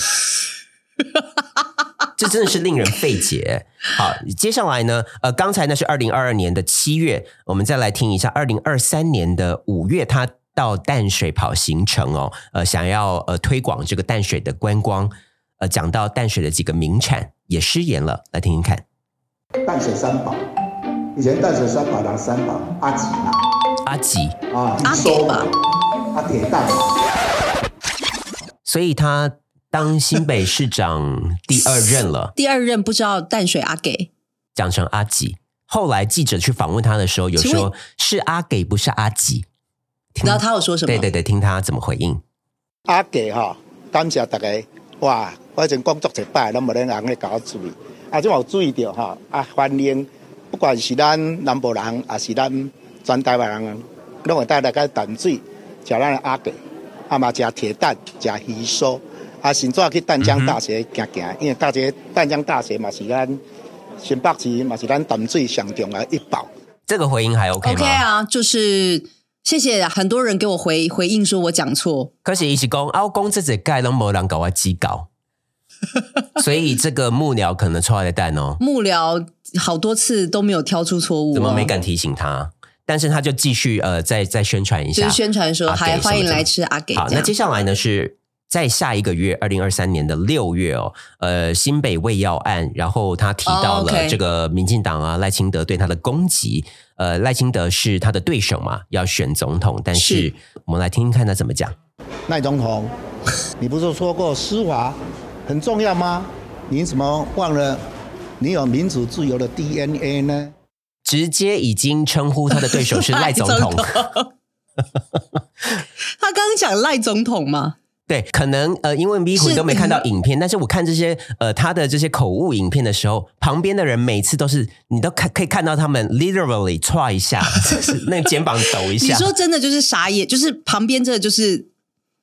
Speaker 1: 这真的是令人费解。好，接下来呢，呃，刚才那是二零二二年的七月，我们再来听一下二零二三年的五月，他到淡水跑行程哦，呃，想要呃推广这个淡水的观光，呃，讲到淡水的几个名产也失言了，来听听看。
Speaker 9: 淡水三宝，以前淡水三宝拿三宝，阿吉嘛，
Speaker 1: 阿吉，
Speaker 9: 啊，
Speaker 2: 阿
Speaker 9: 一收
Speaker 2: 给嘛，
Speaker 9: 阿铁蛋嘛，
Speaker 1: 所以他当新北市长第二任了。
Speaker 2: 第二任不知道淡水阿给，
Speaker 1: 讲成阿吉。后来记者去访问他的时候，有
Speaker 2: 请问
Speaker 1: 说是阿给不是阿吉，听
Speaker 2: 然后他有说什么？
Speaker 1: 对对对，听他怎么回应。
Speaker 9: 阿啊给哈，感谢大家，哇，我以前工作一摆，拢无恁人咧甲我注意，啊，即有注意到哈，啊，欢迎，不管是咱南部人，还是咱全台湾人，拢会带来个淡水，食咱的阿给，啊嘛食铁蛋，食鱼酥，啊，甚至去淡江大学行行，因为大学淡江大学嘛是咱新北市嘛是咱淡水上重要的一宝。
Speaker 1: 这个回应还 OK 吗
Speaker 2: OK 啊，就是谢谢很多人给我回回应说我讲错，
Speaker 1: 可是一起公啊，公这只盖都没人搞我鸡 搞，所以这个幕僚可能错的蛋哦，
Speaker 2: 幕僚好多次都没有挑出错误、啊
Speaker 1: 怎么没？敢提醒他？但是他就继续呃，再再宣传一
Speaker 2: 就
Speaker 1: 下
Speaker 2: 是。宣传说
Speaker 1: 阿给
Speaker 2: 还
Speaker 1: 什么
Speaker 2: 欢迎
Speaker 1: 什么
Speaker 2: 来吃阿给
Speaker 1: 好，
Speaker 2: 这
Speaker 1: 那
Speaker 2: 样
Speaker 1: 接。下来呢是在下一个月，二零二三年的六月哦，呃，新北胃药案，然后他提到
Speaker 2: 哦
Speaker 1: 了
Speaker 2: ，OK
Speaker 1: 这个民进党啊赖清德对他的攻击，呃，赖清德是他的对手嘛，要选总统，但是
Speaker 2: 是
Speaker 1: 我们来听听看他怎么讲。
Speaker 9: 赖总统， 你不是说过司法很重要吗？你怎么忘了你有民主自由的 DNA 呢？
Speaker 1: 直接已经称呼他的对 手是赖总统，
Speaker 2: 哎 他刚刚讲赖总统嘛，
Speaker 1: 对，可能呃，因为咪虎
Speaker 2: 是嗯
Speaker 1: 都没看到影片，但是我看这些呃他的这些口误影片的时候，旁边的人每次都是你都看可以看到他们 literally 歘一 下，就是那个肩膀抖一
Speaker 2: 你
Speaker 1: 下。
Speaker 2: 说真的就是傻眼，就是旁边这就是，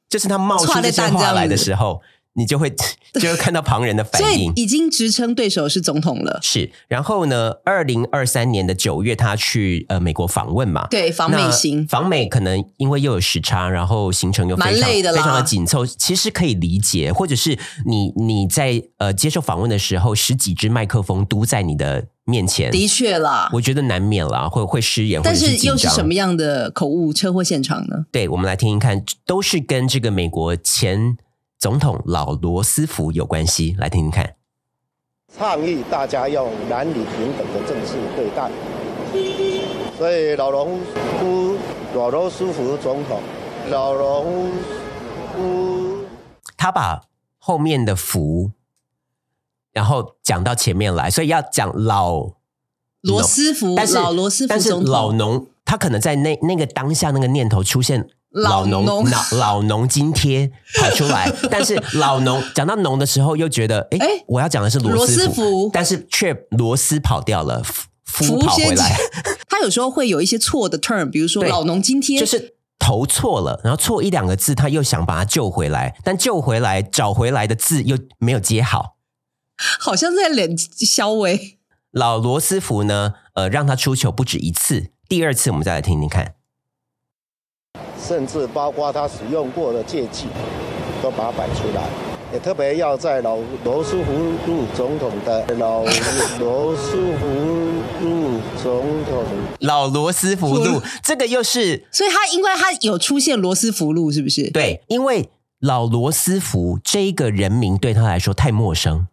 Speaker 1: 就是他冒出这些话来的时候，你就会 就会看到旁人的反
Speaker 2: 所以
Speaker 1: 应。
Speaker 2: 已经直称对手是总统了。
Speaker 1: 是，然后呢？二零二三年的九月，他去呃美国访问嘛，
Speaker 2: 对，访
Speaker 1: 那
Speaker 2: 美型
Speaker 1: 访美可能因为又有时差，然后行程又非
Speaker 2: 蛮
Speaker 1: 常
Speaker 2: 累的啦
Speaker 1: 非常的紧凑，其实可以理解。或者是你你在呃接受访问的时候，十几支麦克风嘟在你的面前，
Speaker 2: 的确啦，
Speaker 1: 我觉得难免啦，会会失言，或
Speaker 2: 但
Speaker 1: 者
Speaker 2: 是
Speaker 1: 紧
Speaker 2: 又是
Speaker 1: 张。
Speaker 2: 什么样的口误车祸现场呢？
Speaker 1: 对，我们来听听看，都是跟这个美国前总统老罗斯福有关系。来听听看。
Speaker 9: 倡议大家用男女平等的正式对待。所以老农夫、老罗斯福总统，老农夫。
Speaker 1: 他把后面的福然后讲到前面来，所以要讲老
Speaker 2: 罗
Speaker 1: 农
Speaker 2: 斯福，
Speaker 1: 但是
Speaker 2: 老罗斯福
Speaker 1: 但是
Speaker 2: 总统，
Speaker 1: 老农他可能在那那个当下那个念头出现。
Speaker 2: 老
Speaker 1: 老
Speaker 2: 农
Speaker 1: 农 老老农津贴跑出来，但是老农讲到农的时候，又觉得哎、
Speaker 2: 诶
Speaker 1: 我要讲的是罗斯
Speaker 2: 罗斯福
Speaker 1: 但是却罗斯跑掉了，夫夫
Speaker 2: 福
Speaker 1: 跑
Speaker 2: 先
Speaker 1: 回来，
Speaker 2: 他有时候会有一些错的 term，比如说
Speaker 1: 对
Speaker 2: 老农津贴，
Speaker 1: 就是投错了，然后错一两个字，他又想把它救回来，但救回来找回来的字又没有接好。
Speaker 2: 好像在脸肖维。
Speaker 1: 老罗斯福呢，呃，让他出糗不止一次，第二次我们再来听听看。
Speaker 9: 甚至包括他使用过的借据，都把它摆出来。也特别要在老罗斯福路总统的老罗斯福路总统
Speaker 1: 老罗斯福路，这个又是
Speaker 2: 所以他因为他有出现罗斯福路，是不是？
Speaker 1: 对，因为老罗斯福这一个人名对他来说太陌生，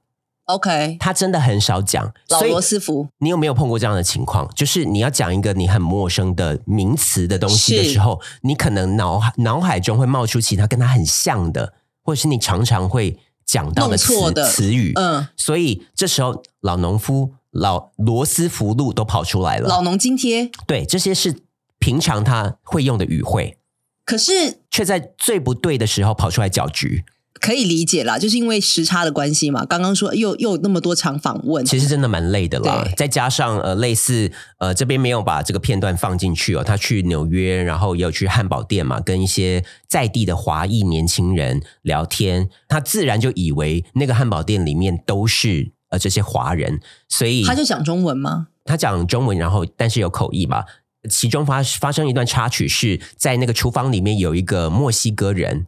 Speaker 2: ，OK，
Speaker 1: 他真的很少讲。
Speaker 2: 老
Speaker 1: 所以
Speaker 2: 罗斯福
Speaker 1: 你有没有碰过这样的情况？就是你要讲一个你很陌生的名词的东西的
Speaker 2: 是
Speaker 1: 时候，你可能脑海脑海中会冒出其他跟它很像的，或者是你常常会讲到的
Speaker 2: 弄错
Speaker 1: 词
Speaker 2: 的
Speaker 1: 词语。
Speaker 2: 嗯，
Speaker 1: 所以这时候老农夫、老罗斯福路都跑出来了。
Speaker 2: 老农津贴，
Speaker 1: 对，这些是平常他会用的语汇，
Speaker 2: 可是
Speaker 1: 却在最不对的时候跑出来搅局。
Speaker 2: 可以理解啦，就是因为时差的关系嘛。刚刚说又又有那么多场访问，
Speaker 1: 其实真的蛮累的啦
Speaker 2: 对。
Speaker 1: 再加上呃，类似呃这边没有把这个片段放进去哦，他去纽约，然后也有去汉堡店嘛，跟一些在地的华裔年轻人聊天，他自然就以为那个汉堡店里面都是。呃，这些华人，所以
Speaker 2: 他就讲中文吗？
Speaker 1: 他讲中文，然后但是有口译嘛。其中发发生一段插曲是在那个厨房里面有一个墨西哥人，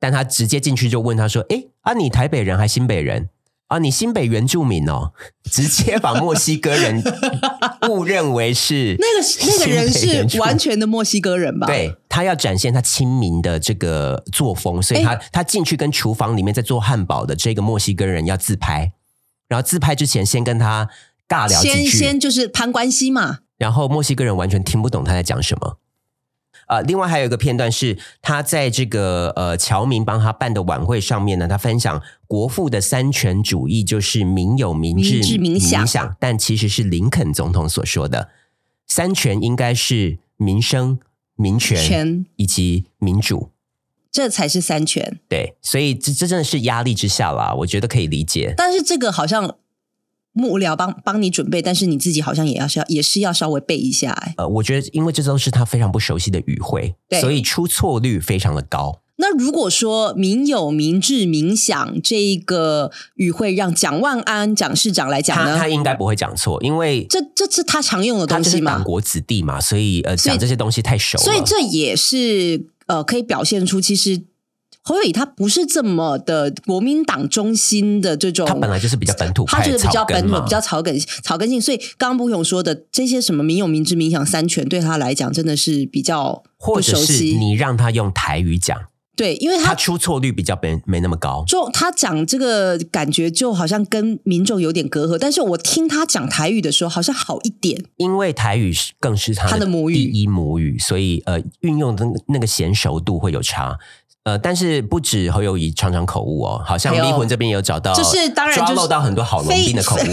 Speaker 1: 但他直接进去就问他说：“诶，啊你台北人还新北人？啊你新北原住民哦？” 直接把墨西哥人误认为是
Speaker 2: 那 个那个人
Speaker 1: 新北原住
Speaker 2: 是
Speaker 1: 民
Speaker 2: 完全啊的墨西哥人吧？，
Speaker 1: 对他要展现他亲民的这个作风，所以他、他进去跟厨房里面在做汉堡的这个墨西哥人要自拍，然后自拍之前先跟他尬聊几
Speaker 2: 先
Speaker 1: 句，
Speaker 2: 先就是攀关系嘛。
Speaker 1: 然后墨西哥人完全听不懂他在讲什么。呃，另外还有一个片段是他在这个呃侨民帮他办的晚会上面呢，他分享国父的三权主义就是民有、民治、
Speaker 2: 民治民享
Speaker 1: 但其实是林肯总统所说的三权应该是民生、民权
Speaker 2: 权
Speaker 1: 以及民主。
Speaker 2: 这才是三权，
Speaker 1: 对，所以这这真的是压力之下啦，我觉得可以理解。
Speaker 2: 但是这个好像幕僚帮帮你准备，但是你自己好像也要是要也是要稍微背一下、哎。
Speaker 1: 呃，我觉得因为这都是他非常不熟悉的语汇
Speaker 2: 对，
Speaker 1: 所以出错率非常的高。
Speaker 2: 那如果说民有、民治、民享这一个语汇让蒋万安蒋市长来讲
Speaker 1: 他他
Speaker 2: 呢，
Speaker 1: 应该不会讲错，因为
Speaker 2: 这这是他常用的
Speaker 1: 他
Speaker 2: 东
Speaker 1: 就是
Speaker 2: 西
Speaker 1: 党
Speaker 2: 嘛，
Speaker 1: 国子弟嘛，所以呃
Speaker 2: 所以
Speaker 1: 讲这些东西太熟了。
Speaker 2: 所以这也是呃可以表现出其实侯友宜他不是这么的国民党中心的这种，
Speaker 1: 他本来就是比较本土
Speaker 2: 他
Speaker 1: 派，
Speaker 2: 就是比较
Speaker 1: 草根
Speaker 2: 本土、
Speaker 1: 嘛
Speaker 2: 比较草根、草根性，所以刚刚不勇说的这些什么民有、民治、民享三权，对他来讲真的是比较
Speaker 1: 或
Speaker 2: 不
Speaker 1: 者
Speaker 2: 熟
Speaker 1: 是
Speaker 2: 悉。
Speaker 1: 你让他用台语讲，
Speaker 2: 对，因为
Speaker 1: 他
Speaker 2: 他
Speaker 1: 出错率比较没没那么高。
Speaker 2: 就他讲这个感觉就好像跟民众有点隔阂，但是我听他讲台语的时候好像好一点。
Speaker 1: 因为台语是更是他
Speaker 2: 他的母语
Speaker 1: 第一母语，所以呃，运用的那个那个娴熟度会有差。呃，但是不止侯友谊常常口误哦，好像
Speaker 2: 哎呦
Speaker 1: 离魂这边也有找到，
Speaker 2: 就是当然就是
Speaker 1: 抓漏到很多好龙兵的口
Speaker 2: 非
Speaker 1: 误。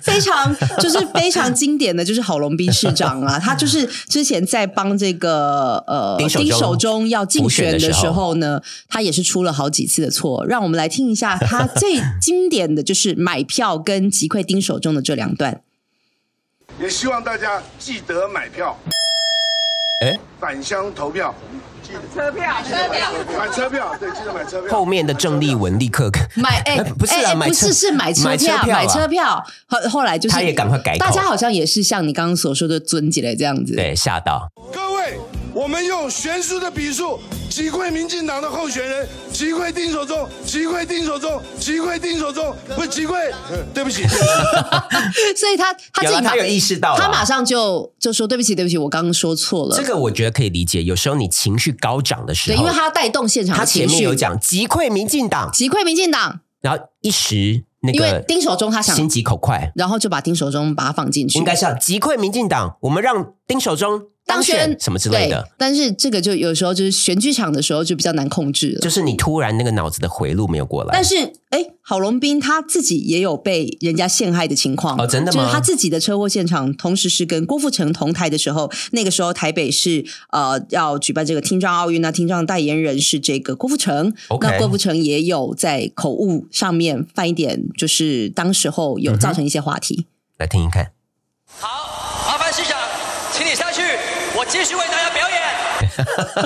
Speaker 2: 非常就是非常经典的，就是郝龙斌市 长啊，他就是之前在帮这个呃
Speaker 1: 丁守中
Speaker 2: 中要竞
Speaker 1: 补
Speaker 2: 选
Speaker 1: 选
Speaker 2: 的
Speaker 1: 的时
Speaker 2: 时
Speaker 1: 候
Speaker 2: 候呢，他也是出了好几次的错。让我们来听一下他最经典的就是买票跟击溃丁守中的这两段。
Speaker 10: 也希望大家记得买票，
Speaker 1: 哎，
Speaker 10: 返乡投票，记得买车票，对，记得买车票。
Speaker 1: 后面的郑丽文立刻
Speaker 2: 买哎、
Speaker 1: 呃 不是
Speaker 2: 哎
Speaker 1: 啊
Speaker 2: 哎
Speaker 1: 买
Speaker 2: 不
Speaker 1: 车
Speaker 2: 是是买车
Speaker 1: 买车
Speaker 2: 票，
Speaker 1: 票啊
Speaker 2: 买车票。后后来就是
Speaker 1: 他也赶快改口
Speaker 2: 大家好像也是像你刚刚所说的尊姐这样子。
Speaker 1: 对吓到，
Speaker 10: 各位，我们用悬殊的笔数击溃民进党的候选人，击溃丁守中，击溃丁守中，击溃丁守中，不击溃，对不起。
Speaker 2: 所以他他自
Speaker 1: 有
Speaker 2: 己
Speaker 1: 啦
Speaker 2: 马
Speaker 1: 他有意识到啦
Speaker 2: 他马上就就说对不起对不起，我刚刚说错了。
Speaker 1: 这个我觉得可以理解。有时候你情绪高涨的时
Speaker 2: 对，
Speaker 1: 候，
Speaker 2: 因为他要带动现场
Speaker 1: 他
Speaker 2: 的
Speaker 1: 前
Speaker 2: 情
Speaker 1: 面
Speaker 2: 绪
Speaker 1: 有。讲击溃民进党，
Speaker 2: 击溃民进党，
Speaker 1: 然后一时那
Speaker 2: 因为
Speaker 1: 个
Speaker 2: 丁守中他想
Speaker 1: 心急口快，
Speaker 2: 然后就把丁守中把他放进去。
Speaker 1: 应该是要击溃民进党，我们让丁守中当选
Speaker 2: 当
Speaker 1: 什么之类的
Speaker 2: 对但是这个就有时候就是选举场的时候就比较难控制了。
Speaker 1: 就是你突然那个脑子的回路没有过来。
Speaker 2: 但是，哎，郝龙斌他自己也有被人家陷害的情况
Speaker 1: 哦真的吗
Speaker 2: 就是他自己的车祸现场，同时是跟郭富城同台的时候，那个时候台北市呃要举办这个听障奥运，那听障代言人是这个郭富城
Speaker 1: OK
Speaker 2: 那郭富城也有在口误上面犯一点，就是当时候
Speaker 1: 嗯
Speaker 2: 有造成一些话题。
Speaker 1: 来听一看，
Speaker 11: 好，麻烦市长，请你下去，我继续为大家表演。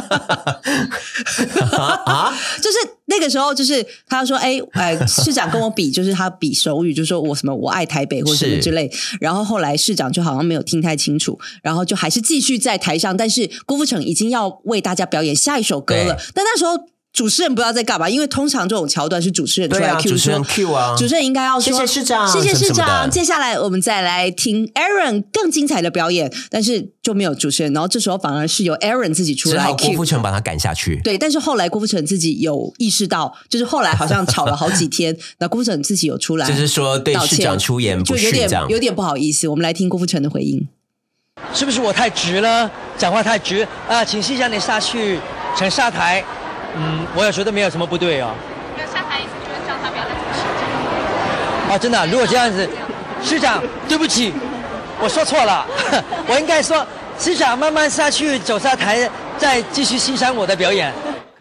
Speaker 2: 就是那个时候，就是他说：“哎、 呃，市长跟我比，就是他比手语，就说我什么我爱台北或者什么
Speaker 1: 是
Speaker 2: 之类。”然后后来市长就好像没有听太清楚，然后就还是继续在台上，但是郭富城已经要为大家表演下一首歌了
Speaker 1: 对。
Speaker 2: 但那时候主持人不知道在干嘛，因为通常这种桥段是主持人出
Speaker 1: 对
Speaker 2: 来
Speaker 1: 啊
Speaker 2: Q
Speaker 1: 主持人
Speaker 2: 说，
Speaker 1: Q 啊
Speaker 2: 主持人应该要说
Speaker 1: 谢谢市长
Speaker 2: 谢谢市
Speaker 1: 什么什么
Speaker 2: 长。
Speaker 1: 的
Speaker 2: 接下来我们再来听 Aaron 更精彩的表演，但是就没有主持人，然后这时候反而是由 Aaron 自己出
Speaker 1: 只
Speaker 2: 来
Speaker 1: 好郭
Speaker 2: Q
Speaker 1: 富城把他赶下去。
Speaker 2: 对，但是后来郭富城自己有意识到，就是后来好像吵了好 几天，那郭富城自己有出来，
Speaker 1: 就是说对
Speaker 2: 道
Speaker 1: 市
Speaker 2: 歉
Speaker 1: 长出言不
Speaker 2: 就有
Speaker 1: 逊这
Speaker 2: 点
Speaker 1: 样
Speaker 2: 有点不好意思。我们来听郭富城的回应。
Speaker 11: 是不是我太直了？讲话太直啊？请谢谢你下去，请下台。嗯，我也觉得没有什么不对哦。
Speaker 4: 要下台一次，就是叫他不要再主持。
Speaker 11: 啊，真的啊、如果这样子，市长，对不起，我说错了， 我应该说，市长慢慢下去，走下台，再继续欣赏我的表演。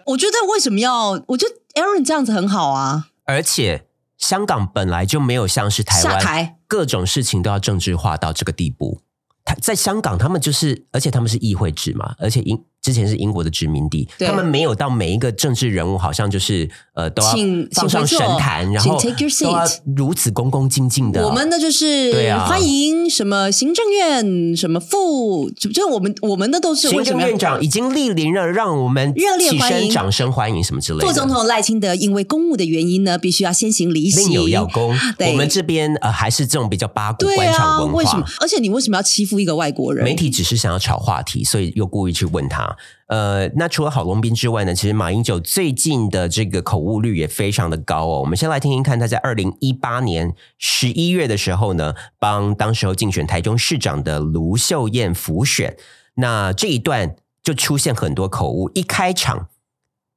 Speaker 2: 我觉得为什么要？我觉得 Aaron 这样子很好啊，
Speaker 1: 而且香港本来就没有像是台
Speaker 2: 下
Speaker 1: 湾
Speaker 2: 台
Speaker 1: 各种事情都要政治化到这个地步。他在香港，他们就是，而且他们是议会制嘛，而且英之前是英国的殖民地，
Speaker 2: 对
Speaker 1: 他们没有到每一个政治人物好像就是呃都要
Speaker 2: 请
Speaker 1: 放上
Speaker 2: 请
Speaker 1: 神
Speaker 2: 回座
Speaker 1: 坛，然后
Speaker 2: 请 take your seat
Speaker 1: 都要如此恭恭敬敬的。
Speaker 2: 我们的就是
Speaker 1: 啊对啊
Speaker 2: 欢迎什么行政院什么副，就就我们我们的都是
Speaker 1: 行
Speaker 2: 为什
Speaker 1: 政
Speaker 2: 么
Speaker 1: 院
Speaker 2: 要？
Speaker 1: 长已经莅临了，让我们
Speaker 2: 热烈
Speaker 1: 起
Speaker 2: 欢
Speaker 1: 身
Speaker 2: 迎
Speaker 1: 掌声欢迎什么之类的。
Speaker 2: 副总统赖清德因为公务的原因呢，必须要先行离席，
Speaker 1: 另有要功，
Speaker 2: 对
Speaker 1: 我们这边呃还是这种比较八股
Speaker 2: 对
Speaker 1: 官
Speaker 2: 啊，
Speaker 1: 场文化。
Speaker 2: 为什么？而且你为什么要欺负一个外国人？
Speaker 1: 媒体只是想要炒话题，所以又故意去问他。呃，那除了郝龙斌之外呢，其实马英九最近的这个口误率也非常的高哦。我们先来听听看，他在二零一八年十一月的时候呢，帮当时候竞选台中市长的卢秀燕辅选，那这一段就出现很多口误，一开场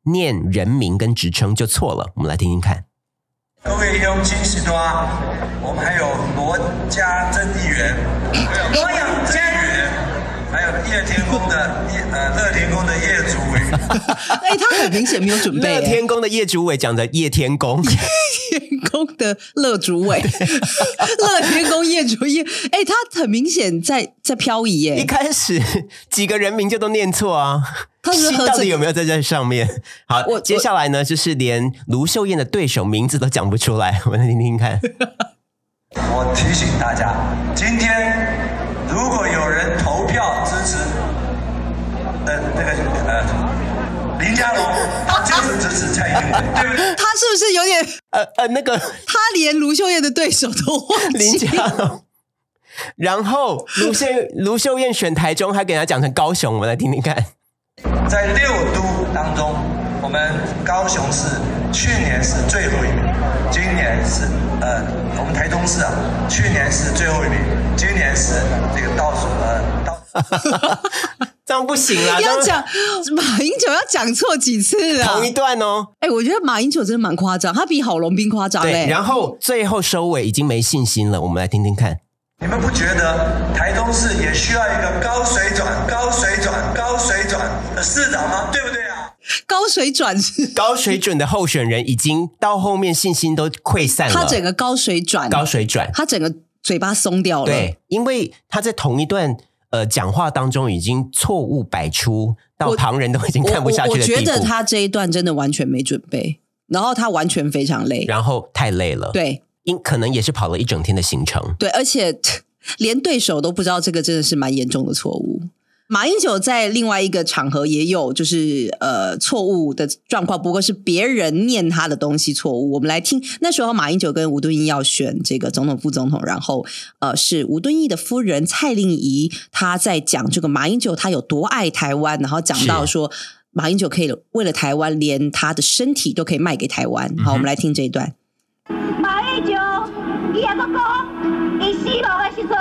Speaker 1: 念人名跟职称就错了。我们来听听看。
Speaker 12: 各位弟兄金石多，我们还有罗家珍议员，罗永珍议员，还有叶天宫的叶呃乐天宫的叶主委，
Speaker 2: 哎、他很明显没有准备、
Speaker 1: 乐
Speaker 2: 哎
Speaker 1: 天宫的叶主委讲的叶天宫，
Speaker 2: 天宫的乐主委，乐天宫业主业，哎、他很明显在在漂移耶、
Speaker 1: 一开始 几个人名就都念错啊，
Speaker 2: 他是不是
Speaker 1: 心
Speaker 2: 喝
Speaker 1: 到
Speaker 2: 醉
Speaker 1: 底有没有在这上面？好，
Speaker 2: 我
Speaker 1: 接下来呢，就是连卢秀燕的对手名字都讲不出来，我 们来听听看。
Speaker 12: 我提醒大家，今天如果有人投票支持呃那个呃林佳龙，他就是支持蔡英文，对不对？
Speaker 2: 他是不是有点？
Speaker 1: 呃呃，那 个
Speaker 2: 他连卢秀燕的对手都忘
Speaker 1: 林
Speaker 2: 记，
Speaker 1: 佳龙，然后卢秀卢秀燕选台中，还给他讲成高雄，我们来听听看。
Speaker 12: 在六都当中，我们高雄市去年是最后一名，今年是呃，我们台东市啊，去年是最后一名，今年是这个倒数呃倒。
Speaker 1: 这样不行啦，
Speaker 2: 要
Speaker 1: 这样
Speaker 2: 讲啊马英九要讲错几次啊
Speaker 1: 同？一段哦。
Speaker 2: 哎、我觉得马英九真的蛮夸张，他比郝龙斌夸张
Speaker 1: 对，
Speaker 2: 嘞。
Speaker 1: 然后最后收尾已经没信心了，我们来听听看。
Speaker 12: 你们不觉得台东市也需要一个高水准、高水准、高水准的市长吗？对不对啊？
Speaker 2: 高水 转是，
Speaker 1: 高水准的候选人已经到后面信心都溃散了，
Speaker 2: 他整个高水转，
Speaker 1: 哎高水准。
Speaker 2: 他整个嘴巴松掉了。
Speaker 1: 对，因为他在同一段呃讲话当中已经错误百出，到
Speaker 2: 我
Speaker 1: 旁人都已经
Speaker 2: 我
Speaker 1: 看不下
Speaker 2: 我
Speaker 1: 去
Speaker 2: 我
Speaker 1: 的
Speaker 2: 觉
Speaker 1: 地
Speaker 2: 得
Speaker 1: 步。
Speaker 2: 他这一段真的完全没准备，然后他完全非常累。
Speaker 1: 然后太累了，，
Speaker 2: 对，
Speaker 1: 因可能也是跑了一整天的行 程。
Speaker 2: 对，而且连对手都不知道这个真的是蛮严重的错误。马英九在另外一个场合也有就是呃错误的状况，不过是别人念他的东西错误。我们来听那时候马英九跟吴敦义要选这个总统副总统，然后呃是吴敦义的夫人蔡令仪，她在讲这个马英九他有多爱台湾，然后讲到
Speaker 1: 是
Speaker 2: 说马英九可以为了台湾，连他的身体都可以卖给台湾。好，我们来听这一段。
Speaker 4: 马英九，伊也搁讲，伊死亡的时阵，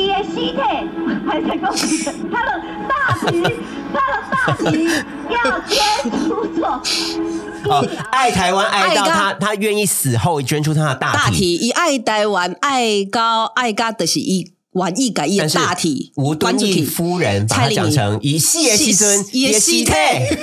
Speaker 4: 伊的尸体还在讲，他就当放大局，要捐出错。
Speaker 1: 哦，爱台湾爱到
Speaker 2: 爱
Speaker 1: 他，
Speaker 2: 到
Speaker 1: 他愿意死后捐出他的大
Speaker 2: 大
Speaker 1: 体，
Speaker 2: 体伊爱台湾，爱高爱甲，就是伊愿意甲伊的
Speaker 1: 但是
Speaker 2: 大体
Speaker 1: 吴敦义夫人把它讲成以谢
Speaker 2: 谢
Speaker 1: 牺牲 也牺 退，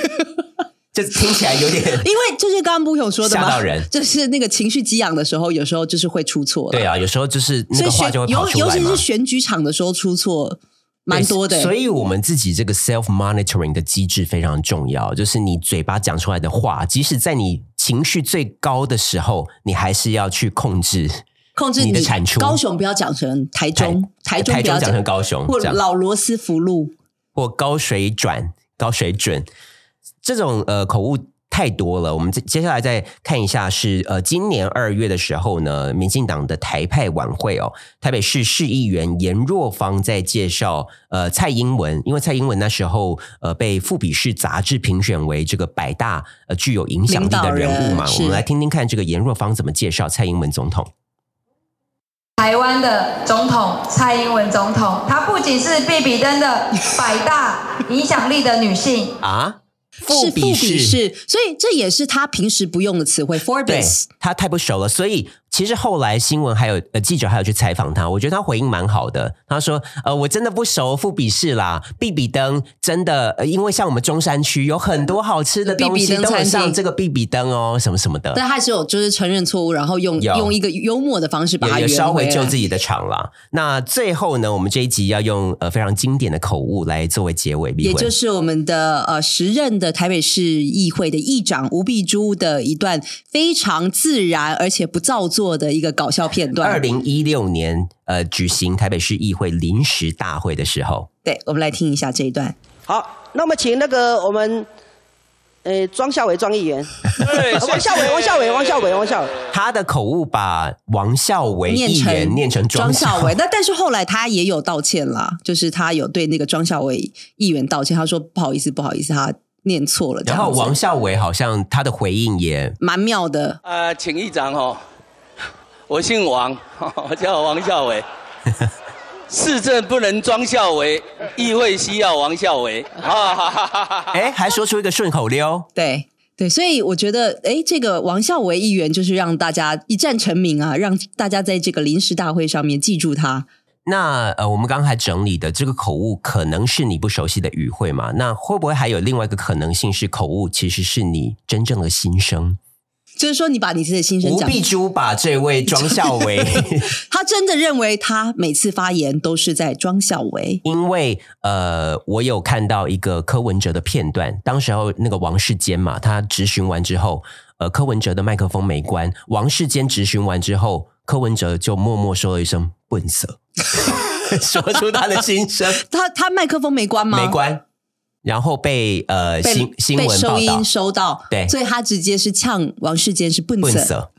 Speaker 1: 这听起来有点
Speaker 2: 因为就是刚刚不勇说的
Speaker 1: 吓
Speaker 2: 嘛
Speaker 1: 到人，
Speaker 2: 就是那个情绪激昂的时候，有时候就是会出错的。
Speaker 1: 对啊，有时候就是那
Speaker 2: 所
Speaker 1: 个
Speaker 2: 以
Speaker 1: 话
Speaker 2: 选
Speaker 1: 就会跑
Speaker 2: 尤
Speaker 1: 出
Speaker 2: 尤
Speaker 1: 来
Speaker 2: 其
Speaker 1: 嘛
Speaker 2: 是。选举场的时候出错蛮
Speaker 1: 对
Speaker 2: 多的、
Speaker 1: 所以我们自己这个 self monitoring 的机制非常重要，就是你嘴巴讲出来的话，即使在你情绪最高的时候，你还是要去控制
Speaker 2: 控制
Speaker 1: 你的产出。
Speaker 2: 高雄不要讲成台中，台中
Speaker 1: 台
Speaker 2: 不
Speaker 1: 中
Speaker 2: 要
Speaker 1: 讲成高雄，
Speaker 2: 或
Speaker 1: 这样
Speaker 2: 老罗斯福路。
Speaker 1: 或高水转、高水准这种呃口误太多了。我们接接下来再看一下是呃今年二月的时候呢，民进党的台派晚会哦，台北市市议员严若芳在介绍呃蔡英文，因为蔡英文那时候呃被《富比士》杂志评选为这个百大呃具有影响力的人物
Speaker 13: 领导
Speaker 1: 嘛
Speaker 13: 人，是
Speaker 1: 我们来听听看这个严若芳怎么介绍蔡英文总统。
Speaker 13: 台湾的总统蔡英文总统，她不仅是必比登的百大影响力的女性，
Speaker 1: 啊，
Speaker 2: 是
Speaker 1: 比
Speaker 2: 比
Speaker 1: 是
Speaker 2: 是，所以这也是他平时不用的词汇。
Speaker 1: 对
Speaker 2: Forbes，
Speaker 1: 他太不熟了，所以其实后来新闻还有呃记者还有去采访他，我觉得他回应蛮好的。他说：“呃，我真的不熟富比士啦，必比登真的、呃因为像我们中山区有很多好吃的东
Speaker 2: 必
Speaker 1: 西
Speaker 2: 比
Speaker 1: 都
Speaker 2: 登
Speaker 1: 有
Speaker 2: 餐厅
Speaker 1: 上这个必比登哦，什么什么的。”
Speaker 2: 但他是有就是承认错误，然后用
Speaker 1: 有
Speaker 2: 用一个幽默的方式把它
Speaker 1: 也也
Speaker 2: 圆
Speaker 1: 稍微
Speaker 2: 来
Speaker 1: 救自己的场啦。那最后呢，我们这一集要用呃非常经典的口误来作为结尾，
Speaker 2: 也
Speaker 1: 立文
Speaker 2: 就是我们的呃时任的台北市议会的议长吴碧珠的一段非常自然而且不造作的一个搞笑片段。
Speaker 1: 二零一六年呃举行台北市议会临时大会的时候，
Speaker 2: 对，我们来听一下这一段。
Speaker 14: 好，那么请那个我们，呃，庄孝伟庄议员，呃王孝伟，王孝伟，王孝伟，王孝伟，
Speaker 1: 他的口误把王孝维
Speaker 2: 念
Speaker 1: 议员
Speaker 2: 成
Speaker 1: 哎念成庄
Speaker 2: 庄孝
Speaker 1: 孝
Speaker 2: 伟，那但是后来他也有道歉啦，就是他有对那个庄孝伟议员道歉，他说不好意思，不好意思，他念错了。这
Speaker 1: 然
Speaker 2: 样
Speaker 1: 后
Speaker 2: 子
Speaker 1: 王孝维好像他的回应也
Speaker 2: 蛮妙的，
Speaker 15: 呃，请议长哦，我姓王， 我叫王孝伟。市政不能庄孝伟，议会需要王孝伟。啊
Speaker 2: 啊
Speaker 1: 哎，还说出一个顺口溜，
Speaker 2: 对。对，所以我觉得，哎，这个王孝维议员就是让大家一战成名啊，让大家在这个临时大会上面记住他。
Speaker 1: 那呃，我们刚才整理的这个口误，可能是你不熟悉的语汇嘛？那会不会还有另外一个可能性是口误其实是你真正的心声？
Speaker 2: 就是说，你把你自己的心声
Speaker 1: 吴
Speaker 2: 讲。
Speaker 1: 碧珠把这位庄孝维
Speaker 2: 他真的认为他每次发言都是在庄孝维。
Speaker 1: 因为呃，我有看到一个柯文哲的片段，当时候那个王世坚嘛，他质询完之后，呃，柯文哲的麦克风没关，王世坚质询完之后，柯文哲就默默说了一声“笨色”， 说出他的心 声，
Speaker 2: 他他麦克风没关吗？
Speaker 1: 没关，然后被呃
Speaker 2: 被
Speaker 1: 新新
Speaker 2: 被
Speaker 1: 闻
Speaker 2: 收
Speaker 1: 报道
Speaker 2: 音收到，
Speaker 1: 对
Speaker 2: 所以他直接是呛王世坚是笨
Speaker 1: 笨
Speaker 2: 色。
Speaker 1: 色。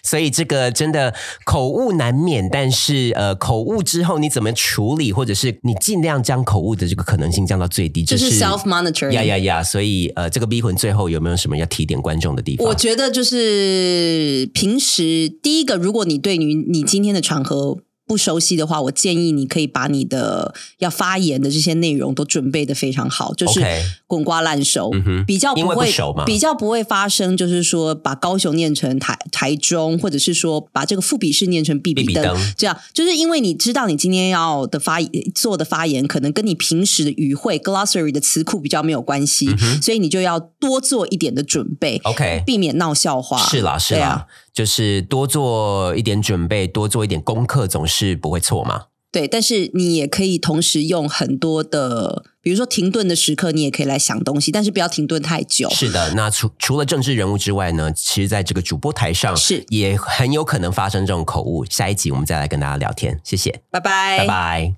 Speaker 1: 所以这个真的口误难免，但是呃，口误之后你怎么处理，或者是你尽量将口误的这个可能性降到最低，
Speaker 2: 就是 self-monitoring
Speaker 1: 呀呀呀！所以呃，这个逼魂最后有没有什么要提点观众的地方？
Speaker 2: 我觉得就是平时第一个，如果你对于你今天的场合不熟悉的话，我建议你可以把你的要发言的这些内容都准备的非常好，就是
Speaker 1: OK
Speaker 2: 滚瓜烂熟
Speaker 1: 嗯哼
Speaker 2: 比较
Speaker 1: 因
Speaker 2: 不
Speaker 1: 为不
Speaker 2: 会
Speaker 1: 熟嘛
Speaker 2: 比较不会发生就是说把高雄念成台台中，或者是说把这个富比士念成比
Speaker 1: 比
Speaker 2: 比
Speaker 1: 登
Speaker 2: 登，这样就是因为你知道你今天要的发做的发言，可能跟你平时的语汇 glossary 的词库比较没有关系，
Speaker 1: 嗯哼
Speaker 2: 所以你就要多做一点的准备
Speaker 1: OK
Speaker 2: 避免闹笑话。
Speaker 1: 是啦是
Speaker 2: 对
Speaker 1: 啦，
Speaker 2: 啊
Speaker 1: 就是多做一点准备，多做一点功课，总是不会错嘛。
Speaker 2: 对，但是你也可以同时用很多的，比如说停顿的时刻，你也可以来想东西，但是不要停顿太久。
Speaker 1: 是的，那除除了政治人物之外呢，其实在这个主播台上是也很有可能发生这种口误。下一集我们再来跟大家聊天，谢谢，
Speaker 2: 拜拜，
Speaker 1: 拜拜